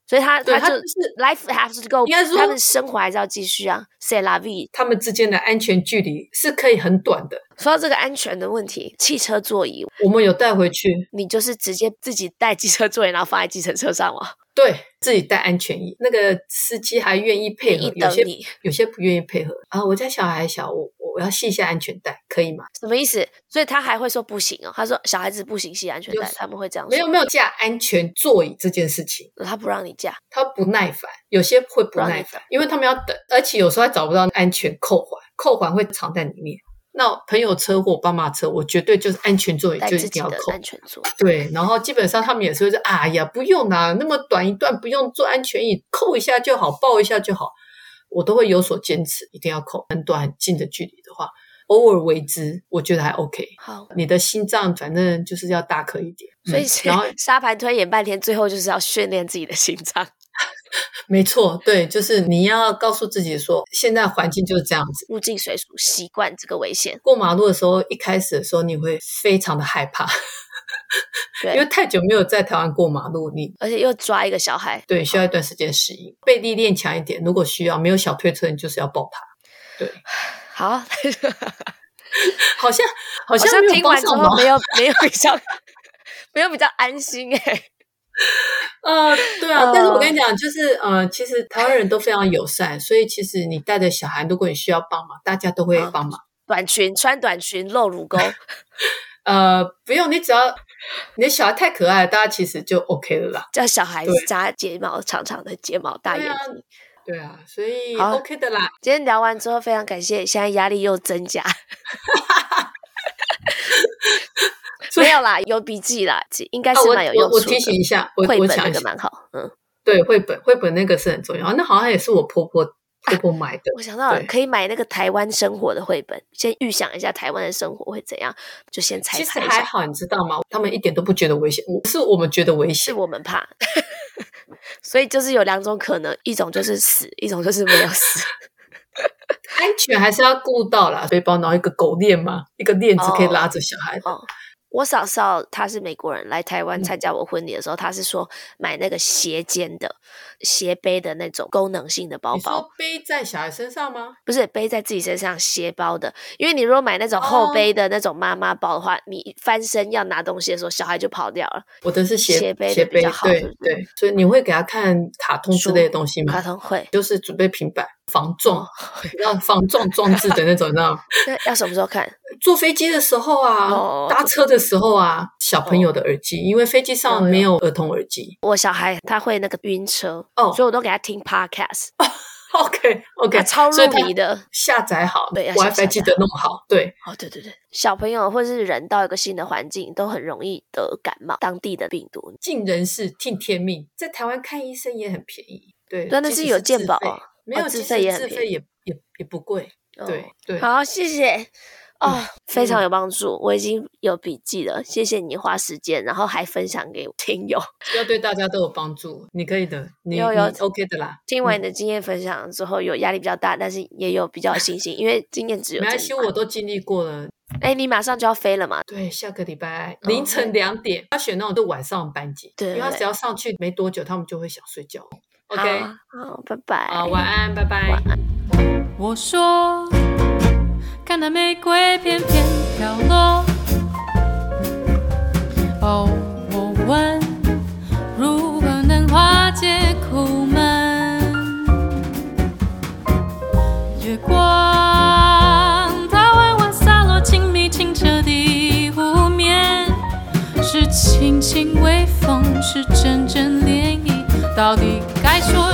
Speaker 2: 所以他
Speaker 4: 对
Speaker 2: 就
Speaker 4: 他就是
Speaker 2: life has to go，
Speaker 4: 应该说
Speaker 2: 他们生活还是要继续啊，say la vie。
Speaker 4: 他们之间的安全距离是可以很短的。
Speaker 2: 说到这个安全的问题，汽车座椅，
Speaker 4: 我们有带回去，
Speaker 2: 你就是直接自己带机车座椅，然后放在计程车上嘛，
Speaker 4: 对自己带安全衣，那个司机还愿意配
Speaker 2: 一
Speaker 4: 合，有
Speaker 2: 等
Speaker 4: 些
Speaker 2: 你
Speaker 4: 有些不愿意配合啊。我家小孩还小，我我要系一下安全带，可以吗？
Speaker 2: 什么意思？所以他还会说不行哦，他说小孩子不行系安全
Speaker 4: 有
Speaker 2: 带，
Speaker 4: 时
Speaker 2: 他们会这样说，
Speaker 4: 没有没有架安全座椅这件事情，
Speaker 2: 他不让你驾，
Speaker 4: 他不耐烦，有些会不耐烦，因为他们要等，而且有时候还找不到安全扣环，扣环会藏在里面。那朋友车或爸妈车，我绝对就是安全座椅
Speaker 2: 带
Speaker 4: 就一
Speaker 2: 自己
Speaker 4: 定要
Speaker 2: 的
Speaker 4: 扣
Speaker 2: 安，全座。
Speaker 4: 对，然后基本上他们也是会说：“哎呀，不用啦、那么短一段不用做安全椅，扣一下就好，抱一下就好。”我都会有所坚持，一定要扣。很短很近的距离的话，偶尔为之，我觉得还 OK。
Speaker 2: 好，
Speaker 4: 你的心脏反正就是要大颗一点，
Speaker 2: 所以
Speaker 4: 嗯然后
Speaker 2: 沙盘推演半天，最后就是要训练自己的心脏。
Speaker 4: 没错，对，就是你要告诉自己说，现在环境就是这样子。
Speaker 2: 入境水俗习惯这个危险，
Speaker 4: 过马路的时候，一开始的时候你会非常的害怕，
Speaker 2: 对，
Speaker 4: 因为太久没有在台湾过马路，你
Speaker 2: 而且又抓一个小孩，
Speaker 4: 对，需要一段时间适应，背力练强一点。如果需要，没有小推车，你就是要抱他。
Speaker 2: 好，好
Speaker 4: 好像好像
Speaker 2: 像
Speaker 4: 没有
Speaker 2: 听完
Speaker 4: 帮
Speaker 2: 之
Speaker 4: 上
Speaker 2: 后
Speaker 4: 忙。
Speaker 2: 没有没有比较 没有比较安心哎、
Speaker 4: 呃，对啊
Speaker 2: 呃，
Speaker 4: 但是我跟你讲，就是呃，其实台湾人都非常友善，所以其实你带着小孩，如果你需要帮忙，大家都会
Speaker 2: 嗯
Speaker 4: 帮忙。
Speaker 2: 短裙穿短裙露乳沟，嗯
Speaker 4: 呃，不用，你只要你的小孩太可爱了，大家其实就 OK 了啦。
Speaker 2: 叫小孩
Speaker 4: 对
Speaker 2: 扎睫毛长长的睫毛大
Speaker 4: 对
Speaker 2: 眼
Speaker 4: 啊
Speaker 2: 睛。
Speaker 4: 对啊，所以
Speaker 2: 好
Speaker 4: OK 的啦。
Speaker 2: 今天聊完之后，非常感谢，现在压力又 增加。
Speaker 4: 所以
Speaker 2: 没有啦，有笔记啦，应该
Speaker 4: 啊，
Speaker 2: 是
Speaker 4: 我
Speaker 2: 蛮有用
Speaker 4: 我
Speaker 2: 处的。
Speaker 4: 我提醒一下，我
Speaker 2: 绘
Speaker 4: 我
Speaker 2: 本
Speaker 4: 想
Speaker 2: 那
Speaker 4: 一
Speaker 2: 个
Speaker 4: 下，
Speaker 2: 蛮好，嗯，
Speaker 4: 对绘本绘本那个是很重要。那好像也是我婆婆结果买的。
Speaker 2: 我想到了，
Speaker 4: 对
Speaker 2: 可以买那个台湾生活的绘本，先预想一下台湾的生活会怎样，就先猜
Speaker 4: 其实
Speaker 2: 猜一
Speaker 4: 还
Speaker 2: 下。
Speaker 4: 好，你知道吗？他们一点都不觉得危险，我是我们觉得危
Speaker 2: 是
Speaker 4: 险。
Speaker 2: 我们怕， 所以就是有两种可能，一种就是死，一种就是没有死。
Speaker 4: 安全还是要顾到啦，背包然后一个狗链嘛，一个链子可以拉着小孩。
Speaker 2: 哦我嫂嫂她是美国人，来台湾参加我婚礼的时候，她是说买那个斜肩的、斜背的那种功能性的包
Speaker 4: 你
Speaker 2: 包
Speaker 4: 说，背在小孩身上吗？
Speaker 2: 不是背在自己身上斜包的。因为你如果买那种后背的那种妈妈包的话，你翻身要拿东西的时候，小孩就跑掉了。
Speaker 4: 我的是
Speaker 2: 斜
Speaker 4: 斜
Speaker 2: 背的
Speaker 4: 斜
Speaker 2: 比
Speaker 4: 背
Speaker 2: 较好
Speaker 4: 对
Speaker 2: 是不是
Speaker 4: 对，所以你会给他看卡通之类的东西
Speaker 2: 卡哦
Speaker 4: 吗？
Speaker 2: 通会
Speaker 4: 就是准备平板防撞，要防撞装置的那种，你知道吗？
Speaker 2: 那要什么时候看？
Speaker 4: 坐飞机的时候啊，
Speaker 2: 哦
Speaker 4: 搭车的时候啊，小朋友的耳机，因为飞机上没有儿童耳机。
Speaker 2: 我小孩他会那个晕车，
Speaker 4: 哦
Speaker 2: 所以我都给他听 podcast，
Speaker 4: OK
Speaker 2: 他
Speaker 4: OK，
Speaker 2: 哦 超
Speaker 4: 所以
Speaker 2: 入
Speaker 4: 他
Speaker 2: 迷的。
Speaker 4: 下载好，
Speaker 2: 对要下载
Speaker 4: WiFi 记得弄好，对。
Speaker 2: 哦，对对对，小朋友或是人到一个新的环境，都很容易得感冒当地的病毒。
Speaker 4: 尽人事，听天命。在台湾看医生也很便宜，对，
Speaker 2: 对那
Speaker 4: 即
Speaker 2: 是
Speaker 4: 使
Speaker 2: 有
Speaker 4: 自
Speaker 2: 健保
Speaker 4: 费
Speaker 2: 啊
Speaker 4: 没有
Speaker 2: 哦自
Speaker 4: 其实
Speaker 2: 费也很
Speaker 4: 自
Speaker 2: 便
Speaker 4: 费也也也不贵，
Speaker 2: 哦
Speaker 4: 对、对。嗯
Speaker 2: 好，谢谢哦，非常有帮助，我已经有笔记了，谢谢你花时间，然后还分享给听友。
Speaker 4: 只要对大家都有帮助，你可以的，你
Speaker 2: 有有
Speaker 4: 你 OK 的啦。
Speaker 2: 听完你的经验分享之后，有压力比较大，但是也有比较有信心，因为经验只有
Speaker 4: 没
Speaker 2: 这
Speaker 4: 关
Speaker 2: 一
Speaker 4: 系，
Speaker 2: 块
Speaker 4: 我都经历过了。
Speaker 2: 哎，你马上就要飞了嘛？
Speaker 4: 对，下个礼拜
Speaker 2: 哦
Speaker 4: 凌晨两点，他选那种都晚上班级，
Speaker 2: 对
Speaker 4: 因为他
Speaker 2: 对
Speaker 4: 只要上去没多久，他们就会想睡觉。OK，
Speaker 2: 好好，拜拜。
Speaker 4: 啊，晚安，拜拜。
Speaker 6: 我说，看那玫瑰片片飘落。哦，我问，如何能化解苦闷？月光，它弯弯洒落亲密清澈的湖面，是轻轻微风，是阵阵涟漪，到底该说